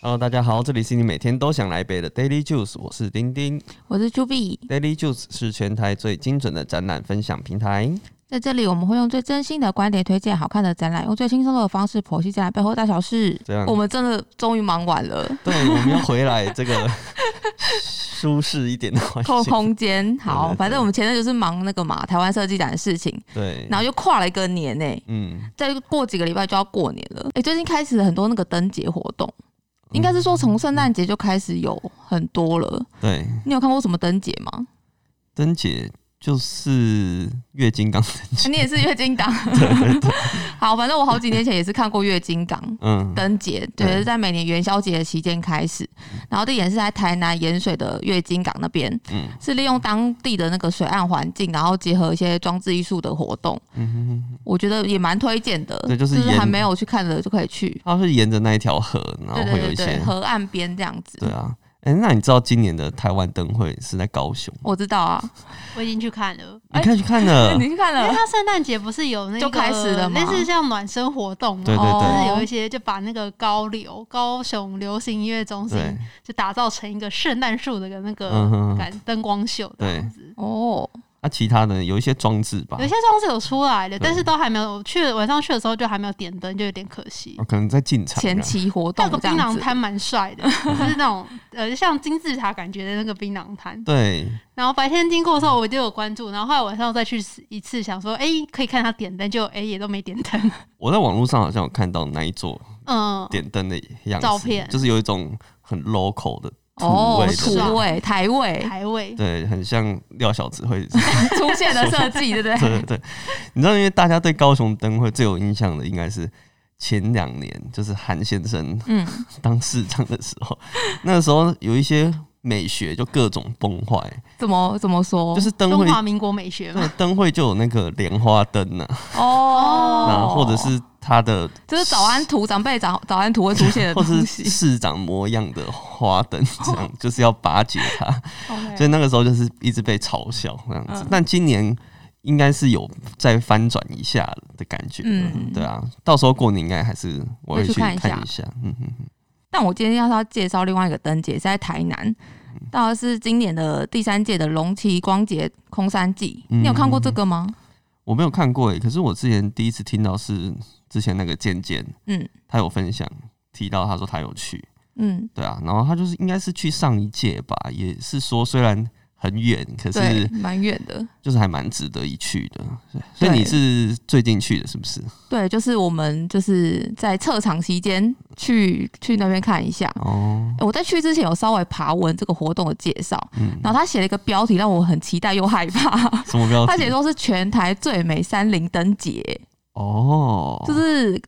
Hello，大家好，这里是你每天都想来一杯的 Daily Juice，我是丁丁。我是朱碧， Daily Juice 是全台最精准的展览分享平台。 在这里我们会用最真心的观点推荐好看的展览，用最轻松的方式剖析展览背后大小事这样。我们真的终于忙完 了，对，我们要回来这 个舒适一点的环空境。空间。对好，对反正我们前阵就是忙那个嘛，台湾设计展的事情，对，然后又跨了一个年呢、嗯，再过几个礼拜就要过年了。哎、最近开始了很多那个灯节活动，应该是说从圣诞节就开始有很多了。对，你有看过什么灯节 吗？灯姐就是月经刚灯 姐。你也是月经党。 好，反正我好几年前也是看过月经港。嗯，灯节，对，对是在每年元宵节的期间开始，然后地点是在台南盐水的月经港那边，嗯是利用当地的那个水岸环境，然后结合一些装置艺术的活动，嗯哼哼哼，我觉得也蛮推荐的。对就是沿还没有去看的就可以去，它是沿着那一条河，然后会对对有一对些，对，河岸边这样子对。啊。哎、那你知道今年的台湾灯会是在高雄？我知道啊，我已经去看了，你看去看了，哎 你去看因为 了，他圣诞节不是有那个嗯就开始了吗类似像暖身活动嘛，对对就是哦有一些就把那个高流高雄流行音乐中心对就打造成一个圣诞树的那嗯个哼感灯光秀这样子。哦，那、其他的有一些装置吧有，些装置有出来的，对但是都还没有我去。晚上去的时候就还没有点灯，就有点可惜哦。可能在进场前啊期活那动个这槟样榔子，摊蛮帅 的，就是那种呃像金字塔感觉的那个槟榔摊。对，然后白天经过的时候我就有关注，然后后来晚上再去一次，想说哎、可以看他点灯，就哎、也都没点灯。我在网络上好像有看到那一座嗯，点灯的样子，照片就是有一种很 local 的哦，土味是的，啊土味、台味排位，对，很像廖小子会， 出现的设计，对不对对？对对。你知道，因为大家对高雄灯会最有印象的应该是前两年，就是韩先生嗯， 当市长的时候，那时候有一些美学就各种崩坏，怎么怎么说？就是灯哦中会。华民国美学嘛对，，灯会就有那个莲花灯呐、 哦，那或者是它的，就是早安图，长辈早早安图会出现的 或者东是西。哦市长模样的花灯， 这样就是要巴结它。所 OK 以那个时候就是一直被嘲笑那样子。啊嗯但今年应该是有再翻转一下的感觉，嗯对啊，到时候过年应该还是我会会去看看一下一下，嗯嗯嗯，但我今天要是要介绍另外一个灯节，是在台南，嗯到的是今年的第三届的龙旗光节空山祭。嗯你有看过这个吗？我没有看过欸诶，可是我之前第一次听到是之前那个健健嗯他有分享提到，他说他有去，嗯，对啊，然后他就是应该是去上一届吧，也是说虽然很远，可对，是蛮远的。就是还蛮值得一去的。所以你对是最近去的，是不是？对，就是我们就是在撤场期间去去那边看一下。哦，我在去之前有稍微爬文这个活动的介绍，嗯，哦然后他写了一个标题让我很期待又害怕。什么标 他题写？说是全台最美山林灯节。哦，就是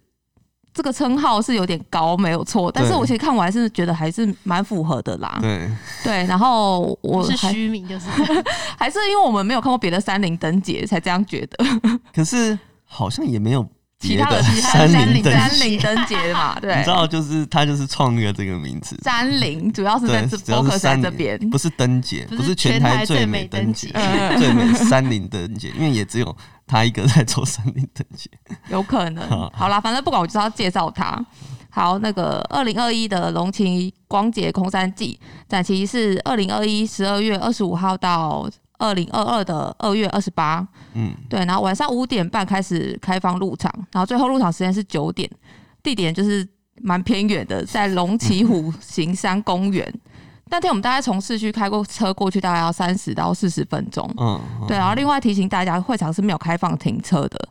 这个称号是有点高，没有错。但是我其实看完是觉得还是蛮符合的啦。对。对，然后我不是还虚名就是 还是因为我们没有看过别的山林灯节，才这样觉得。可是好像也没有其别他 的其他山山林林灯山节，林灯节的嘛，你对知。道，就是他就是创了这个名字，山林主要是在对，这只要是 focus 在山这林边，不是灯节，不是不是全台台最美美灯灯节节，是 最美山林灯节，因为也只有他一个在做山林灯节。有可好能。好啦，反正不管，我就是要介绍它。好，那个二零二一的龙崎光节空山祭展期是二零二一十二月二十五号到二零二二的二月二十八。嗯，对，然后晚上五点半开始开放入场，然后最后入场时间是九点，地点就是蛮偏远的，在龙崎湖行山公园。 那天我们大概从市区开过车过去，大概要三十到四十分钟。嗯，对，然后另外提醒大家，会场是没有开放停车的，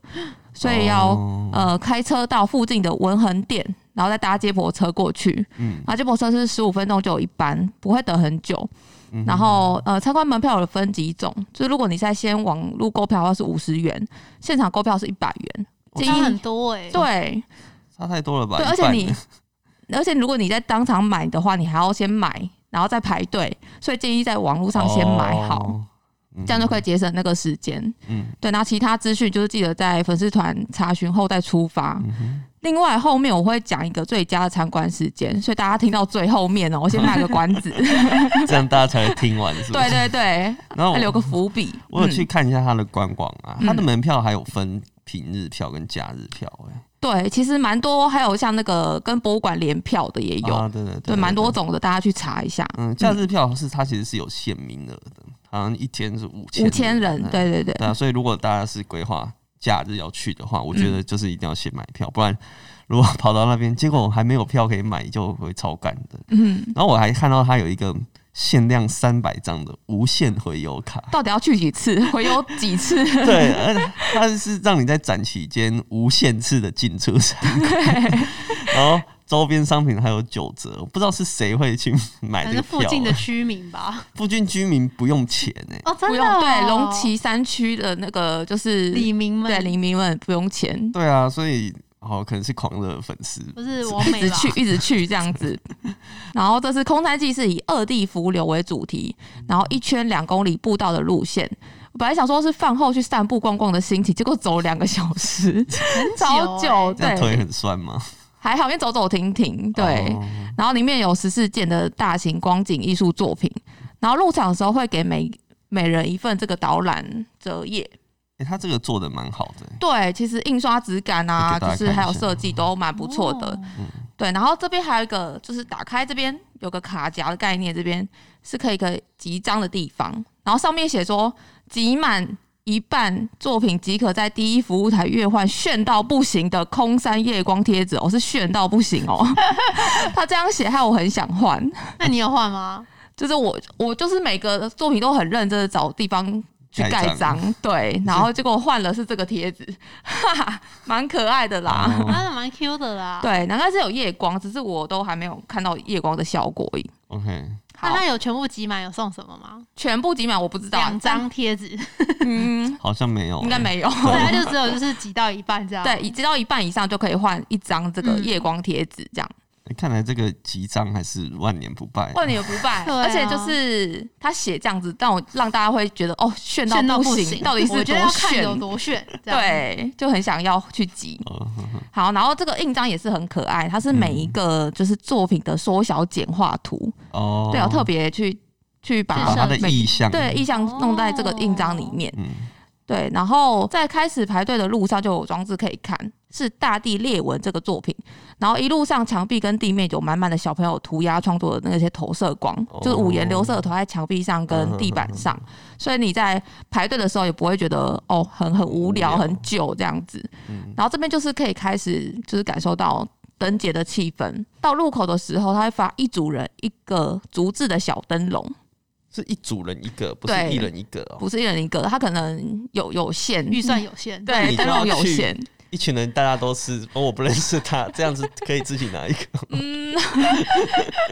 所以要、哦呃开车到附近的文衡店，然后再搭接驳车过去。嗯然后接驳车是十五分钟就有一班，不会等很久。嗯然后呃，参观门票有分几种，就是如果你在先网路购票的话是五十元，现场购票是一百元。哦建差很议多哎、对差太多了吧？对，一而且半你而且如果你在当场买的话，你还要先买，然后再排队，所以建议在网络上先买好，，这样就可以。以节省那个时间。哦嗯对，那其他资讯就是记得在粉丝团查询后再出发。嗯哼另外，后面我会讲一个最佳的参观时间，所以大家听到最后面哦、我 先卖个关子。 这样大家才会听完，是不对是？对对，然后要留我个伏笔。哦我有去嗯看一下他的官网啊，嗯他的门票还有分平日票跟假日票，哎，对，其实蛮多，还有像那个跟博物馆联票的也有，啊，对对对，蛮多。种的，大家去查一下。嗯，假日票是它其实是有限名额的，好像一天是五千五千人，嗯对对对，对啊，所以如果大家是规划假日要去的话，我觉得就是一定要先买嗯票，不然如果跑到那边，结果还没有票可以买，就会超赶的。嗯，，然后我还看到它有一个限量三百张的无限回邮卡到底要去几 次？回游几次？ 对，而且它是让你在展期间无限次的进出场， 然后周边商品还有九折，我不知道是谁会去买反这个正票、啊附近的居民吧。附近居民不用钱哎、 哦，真不的用，哦、对，龙崎山区的那个就是李明们，对黎明们不用钱，对啊，所以哦，可能是狂热粉丝，不是是我一美直吧？去一直去这样 子。然后这次空山祭是以二地伏流为主题，嗯然后一圈两公里步道的路线。我本来想说是饭后去散步逛逛的心情，结果走两个小时，很超久，久欸这样腿对，很酸吗？还好，因为走走停停，对。哦然后里面有十四件的大型光景艺术作品，然后入场的时候会给每每人一份这个导览折页。哎、他这个做的蛮好的、欸，对，其实印刷质感可啊，以给就大家是看一还有下设计都蛮不错的。哦对，然后这边还有一个，就是打开这边有个卡夹的概念，这边是可以可以集章的地方。然后上面写说，集满一半作品即可在第一服务台兑换炫到不行的空山夜光贴纸哦，是炫到不行哦。 他这样写，害我很想换。那你有换吗？就是我我就是每个作品都很认真的找地方去盖盖章章， 对，然后结果换了是这个贴纸，哈哈，蛮可爱的啦。哦啊，那蛮 Q 的啦。，对，难怪是有夜光，只是我都还没有看到夜光的效果而已。 OK，好那，他有全部集满，有送什么吗？全部集满我不知道，啊两张哦贴纸，但， 嗯，好像没有、欸，应该没有。对，他就只有就是集到一半这样。对，一集到一半以上就可以换一张这个嗯夜光贴纸，这样欸看来这个集章还是万年不败、万年不 败。对啊而且就是他写这样子，让我让大家会觉得哦，炫炫到到不行，行，到底是我觉得要多看有炫？多炫，这样，对，就很想要去集。哦呵呵好，然后这个印章也是很可爱，它是每嗯一个就是作品的缩小简化图，哦，对，我啊特别去去把把它的每意象，对意象弄在哦这个印章里面。嗯，对，然后在开始排队的路上就有装置可以看，是《大地裂纹》这个作品。然后一路上墙壁跟地面有满满的小朋友涂鸦创作的那些投射光，哦嗯就是五颜六色的投在墙壁上跟地板上，所以你在排队的时候也不会觉得哦很很无无聊聊很久这样子。嗯然后这边就是可以开始就是感受到。灯节的气氛，到路口的时候，他会发一组人一个竹制的小灯笼，是一组人一个，不是对一人一个哦，不是一人一个，他可能有有限预算有限。那对你灯就要笼有去限，一群人大家都是，哦，我不认识他，这样子可以自己拿一 个，嗯，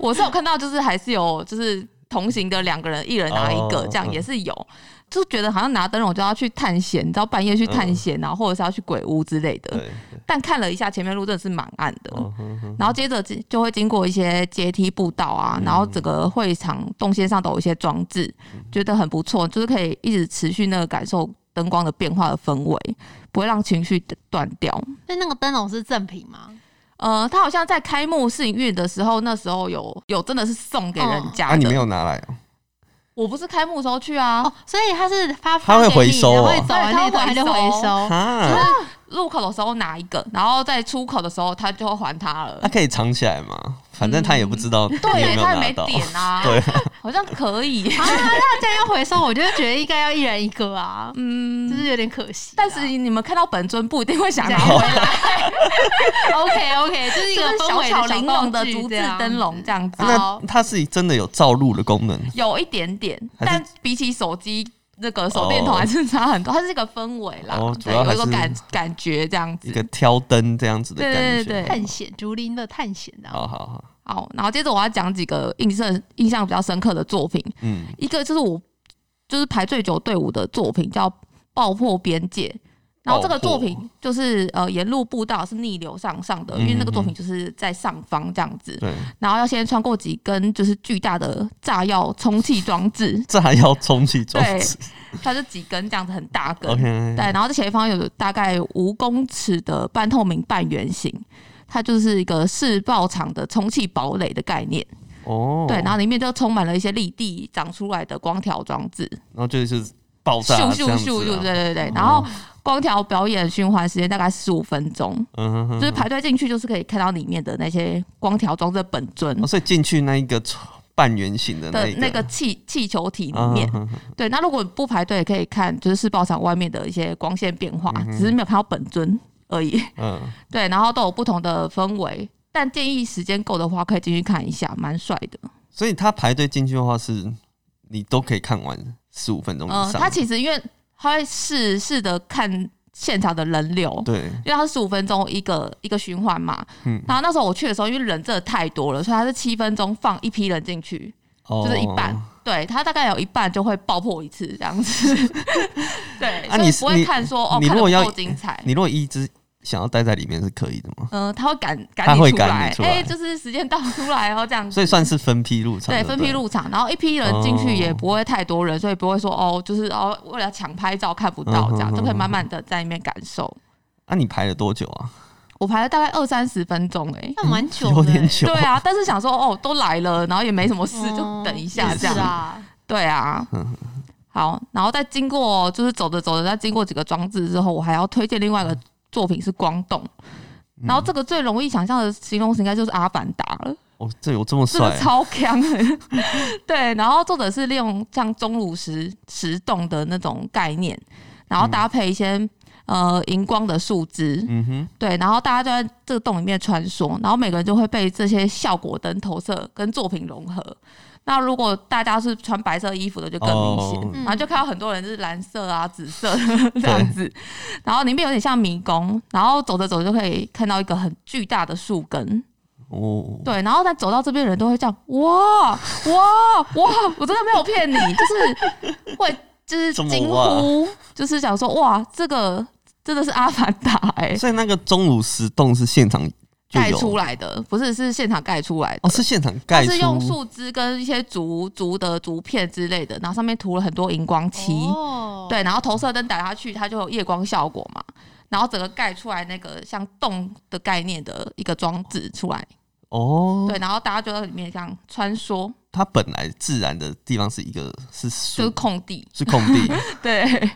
我是有看到，就是还是有就是同行的两个人，一人拿一个哦，这样嗯也是有，就觉得好像拿灯笼就要去探险，你知道半夜去探险啊，或者是要去鬼屋之类的。嗯对，对但看了一下前面路真的是蛮暗的，哦呵呵然后接着就就会经过一些阶梯步道啊，然后嗯整个会场动线上都有一些装置，觉得很不错，就是可以一直持续那个感受灯光的变化的氛围，不会让情绪断掉。所以那个灯笼是赠品吗？呃，他好像在开幕试营运的时候，那时候有有真的是送给人家的。啊，你没有拿来哦，我不是开幕的时候去啊，哦，所以它是发它会回收哦发给你然后你走完那一段它就回收。啊，入口的时候拿一个，然后在出口的时候他就会还他了他。可以藏起来嘛，反正他也不知道你有没嗯对，有他也拿没到，点 啊，对，好像可 以。 啊，那这样要回收，我就觉得应该要一人一个啊，就嗯，是有点可惜啊。但 是你们看到本尊不一定会想拿想回来， OK OK，就是一啊就个是氛小围巧玲珑的小竹道具制灯笼这样样子，那它是真的有照路的功能，有一点点，还是但比起手机。那个手电筒哦还是差很多，它是一个氛围啦，哦主对，要有还一个是感感觉这样一子个。挑灯这样子的对感觉，对对对探险，竹林的探险的哦啊。好好好，好，然后接着我要讲几个印象印象比较深刻的作品，嗯，一个就是我就是排最久队伍的作品叫《爆破边界》，然后这个作爆品就是呃沿路步道是逆流上上的，因为那嗯个作品就是在上方这样子，对，然后要先穿过几根就是巨大的炸药充气装置，这还要充气装置它就几根这样子很大 根，，OK，对，然后这前方有大概五公尺的半透明半圆形。它就是一个试爆场的充气堡垒的概念，哦，对，然后里面就充满了一些立地长出来的光条装置，然后就是爆炸咻这咻样咻，子对啊对对。然后光条表演循环时间大概十五分钟，嗯哼哼就是排队进去就是可以看到里面的那些光条装着本尊哦，所以进去那一个半圆形的的一那个个气气球体里面嗯。哼哼对，那如果不排队，也可以看就是世贸场外面的一些光线变化，只是没有看到本尊而已。 嗯，对，然后都有不同的氛围，但建议时间够的话，可以进去看一下，蛮帅的。所以他排队进去的话是，你都可以看完十五分钟嗯以，上。他其实因为他会试试的看现场的人流，对，因为它是十五分钟一个一个循环嘛。嗯然后那时候我去的时候，因为人真的太多了，所以它是七分钟放一批人进去，就是一半。哦对，它大概有一半就会爆破一次这样子。对， 啊 所以你不会你看说哦，你看如果得不要够精彩。 你如果一直想要待在里面是可以的吗？嗯、他会赶它赶你会出赶你来，哎出来就是时间到出来哦，这样子。所以算是分批入场。对，对，哦分批。入场，然后一批人进去也不会太多人，所以不会说哦，就是哦，为了抢拍照看不到这样，嗯哼就可以慢慢的在里面感受。那、你排了多久啊？我排了大概二三十分钟哎、欸那蛮 久有的欸、点久。对啊，但是想说哦，都来了，然后也没什么事，哦就等一下也这样。是啊，对啊，好，然后再经过就是走着走着，再经过几个装置之后，我还要推荐另外一个作品是光动。然后这个最容易想象的形容词应该就是《阿凡达》了，哦，这有这么这个帅？超强的。 对，然后作者是利用像钟乳石石洞的那种概念，然后搭配一些、呃荧光的树枝，嗯哼，对，然后大家就在这个洞里面穿梭，然后每个人就会被这些效果灯投射跟作品融合。那如果大家是穿白色衣服的，就更明显，哦然后就看到很多人就是蓝色啊、紫色 这样子，然后里面有点像迷宫，然后走着走着就可以看到一个很巨大的树根，哦，对，然后但走到这边的人都会这样，哇哇哇！我真的没有骗你，就是会就是怎么惊哇呼，就是想说哇，这个真的是阿凡达哎、所以那个钟乳石洞是现场就盖有出来的，不是是现场盖出来的，哦，是现场盖出它是用树枝跟一些竹竹的竹片之类的，然后上面涂了很多荧光漆，哦，对，然后投射灯打下去，它就有夜光效果嘛，然后整个盖出来那个像洞的概念的一个装置出来，哦。对，然后大家就在里面这样穿梭，它本来自然的地方是一个是就是树空 地，是空 地，对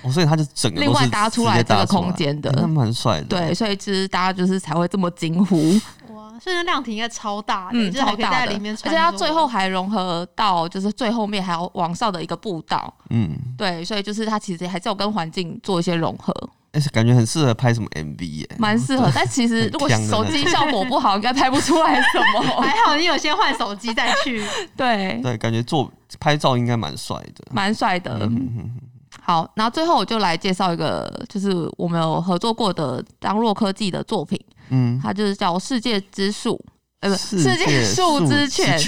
哦，所以它就整个都是另外搭出来直接搭这个出来空间的欸那蛮帅的。对，所以其实大家就是才会这么惊呼。哇，所以那量体应该超大的，嗯，就是超还可以大在的，里面而穿梭，且它最后还融合到就是最后面还有往上的一个步道，嗯，对，所以就是它其实还是有跟环境做一些融合，而且感觉很适合拍什么 MV 耶、蛮适合。但其实 如果很香的手机效果不好，应该拍不出来什 么。 还好你有先换手机再去，对，嗯对，感觉做拍照应该蛮帅的。蛮帅的。好，然后最后我就来介绍一个，就是我们有合作过的张若科技的作品，嗯，它就是叫《世界之树》，呃，不，《世世界树之之犬》。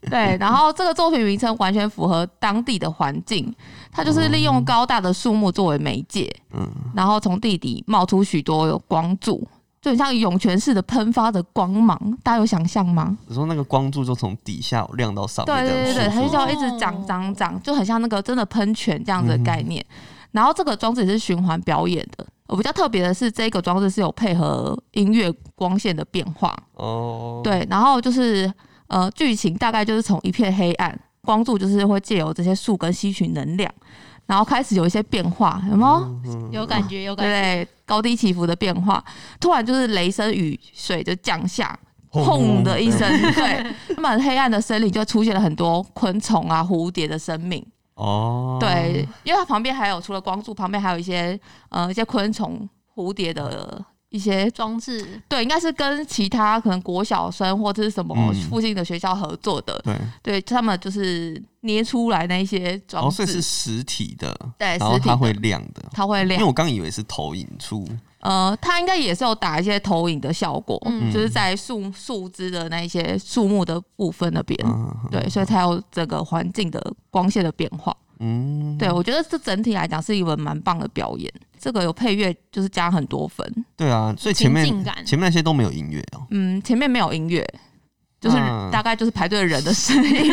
对，然后这个作品名称完全符合当地的环境，它就是利用高大的树木作为媒介，嗯，然后从地底冒出许多有光柱，就很像涌泉式的喷发着光芒，大家有想象吗？你说那个光柱就从底下亮到上对面，对对对，它这就样舒这样一直哦长长长，就很像那个真的喷泉这样子的概念。然后这个装置也是循环表演的，呃比较特别的是这个装置是有配合音乐光线的变化，服哦，，对，然后就是呃，剧情大概就是从一片黑暗，光柱就是会借由这些树根吸取能量，然后开始有一些变化，有没哦有？嗯有感觉有对感觉，高低起伏的变化，突然就是雷声雨水就降下，嗯轰的一声，对，那么黑暗的森林就出现了很多昆虫啊、蝴蝶的生命，哦，对，因为它旁边还有除了光柱，旁边还有一些呃一些昆虫、蝴蝶的一些装置对，应该是跟其他可能国小生或者是什么嗯附近的学校合作的，对，对他们就是捏出来那一些装哦，所置，以是实体的，对然后哎实体它的啊会亮的，它会因为亮。我刚以为是投影出，呃，它应该也是有打一些投影的效果，嗯就是在树树枝的那一些树木的部分那边，嗯对，所以才有整个环境的光线的变化。嗯，对我觉得这整体来讲是一个蛮棒的表演，这个有配乐就是加很多分。对啊，所以前面情境感前面那些都没有音乐哦，嗯，前面没有音乐，就是嗯大概就是排队的人的声 音。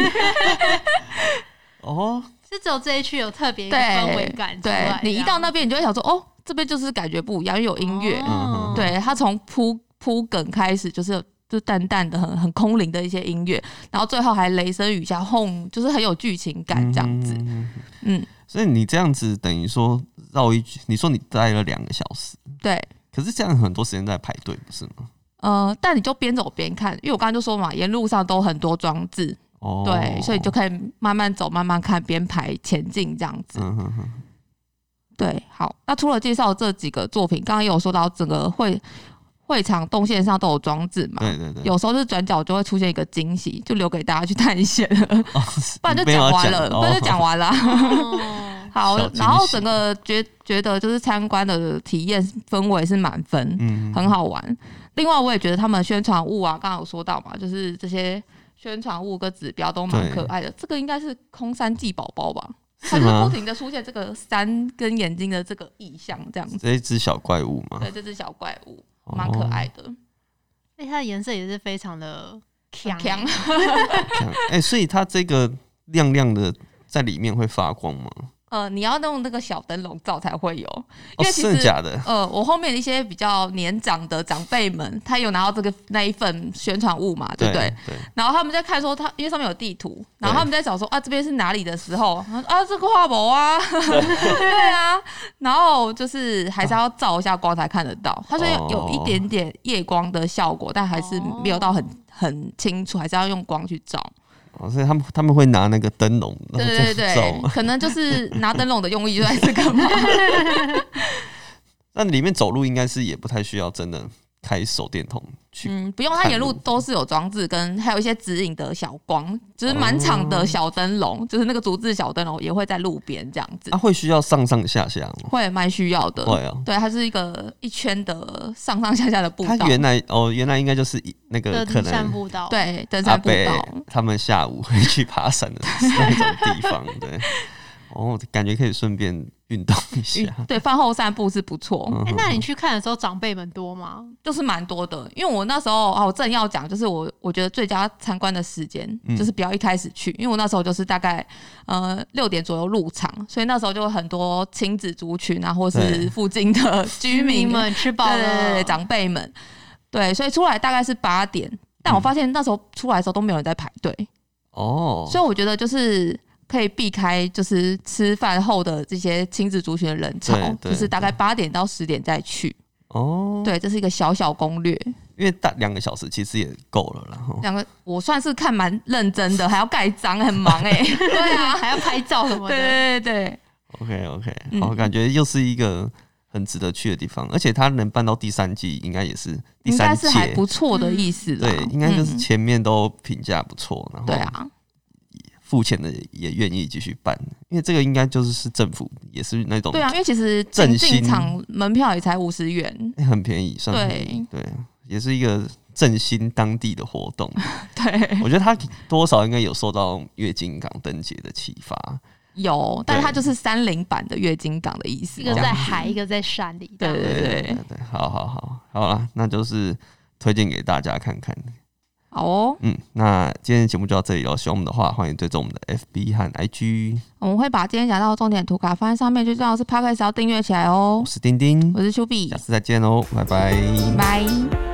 哦，是只有这一区有特别一个对氛围感出对来，你一这到样那边，你就会想说，哦，这边就是感觉不一样，因为有音乐。哦嗯对，它从铺铺梗开始，就是有就淡淡的、很很空灵的一些音乐，然后最后还雷声雨下，轰，就是很有剧情感这样子。嗯嗯，所以你这样子等于说绕一圈，你说你待了两个小时，对，可是这样很多时间在排队，不是吗？呃，但你就边走边看，因为我刚刚就说嘛，沿路上都很多装置，哦，对，所以就可以慢慢走、慢慢看、边排前进这样子。嗯哼哼，对，好，那除了介绍这几个作品，刚刚也有说到整个会会场动线上都有装置嘛，对对对，有时候就是转角就会出现一个惊喜，就留给大家去探险了， 哦，不然就没有讲要完了，哦不然就讲完了。 哦好小，惊然后喜整个觉觉得就是参观的体验氛围是满分，嗯，很好玩。另外，我也觉得他们的宣传物啊，刚刚有说到嘛，就是这些宣传物跟指标都蛮对可爱的。这个应该是空山记宝宝吧？是它就是不吗？停的出现这个山跟眼睛的这个意象，这样子。这一只小怪物嘛，对，这只小怪物哦蛮可爱的，而且它的颜色也是非常的强很强。这样。哎、所以它这个亮亮的在里面会发光吗？呃，你要用那个小灯笼罩才会有。哦，因为其实真的假的？呃，我后面一些比较年长的长辈们，他有拿到这个那一份宣传物嘛，对不对？对，然后他们在看说他，因为上面有地图，然后对他们在找说啊这边是哪里的时候，他说啊这个画博啊， 对啊，然后就是还是要照一下光才看得到。他说有有一点点夜光的效果，但还是没有到很很清楚，还是要用光去照。哦，所以他们他们会拿那个灯笼，然对后对对这样照 对，嘛。可能就是拿灯笼的用意就在这个 嘛。那里面走路应该是也不太需要真的开手电筒去。嗯，不用，它看沿路路都是有装置跟还有一些指引的小光，就是满场的小灯笼，就是那个竹制小灯笼也会在路边这样子。啊，会需要上上下下吗？会蛮需要的，会啊。对，它是一个一圈的上上下下的步他道，原来哦，原来应该就是一那个可登山能步道，，呃对，登阿山步北道，他们下午会去爬山的那种地方，对。 哦，感觉可以顺便运动一下。嗯对，饭后散步是不错，啊嗯哎、那你去看的时候，长辈们多吗？就是蛮多的。因为我那时候啊，我正要讲，就是我我觉得最佳参观的时间、嗯就是不要一开始去，因为我那时候就是大概呃六点左右入场，所以那时候就很多亲子族群啊，或对是附近的居民啊们吃饱对了，对对对，长辈们，对，所以出来大概是八点，但我嗯发现那时候出来的时候都没有人在排队。哦，所以我觉得就是可以避开就是吃饭后的这些亲子族群的人潮对，对就是大概八点到十点再去。哦，对，这是一个小小攻略。因为大两个小时其实也够了啦。哦吼两个我算是看蛮认真的，还要盖章，很 忙哎、对啊，还要拍照什么对的，对对对 OK OK，嗯好，感觉又是一个很值得去的地方，而且它能办到第三季，应该也是第应该三是还届，不错的意思啦。对，应该就是嗯前面都评价不错，然后对啊，付钱的也愿意继续办，因为这个应该就是是政府也是那种对啊，因为其实振进进兴场门票也才五十元，欸很便宜，算便宜对，也是一个振兴当地的活动。对， 我觉得他多少应该有受到月经港灯节的启发，有，但是它对就是山林版的月经港的意思，一个这样在海，一个在山里，对对对对对，好好好，好啦，那就是推荐给大家看看。好哦。嗯，那今天的节目就到这里了。喜欢我们的话，欢迎追踪我们的 FB 和 IG。我们会把今天讲到的重点图卡放在上面，最重要的是 p o d c a s 要订阅起来哦我。是丁丁我，是丘比下，次再见喽，拜拜。拜。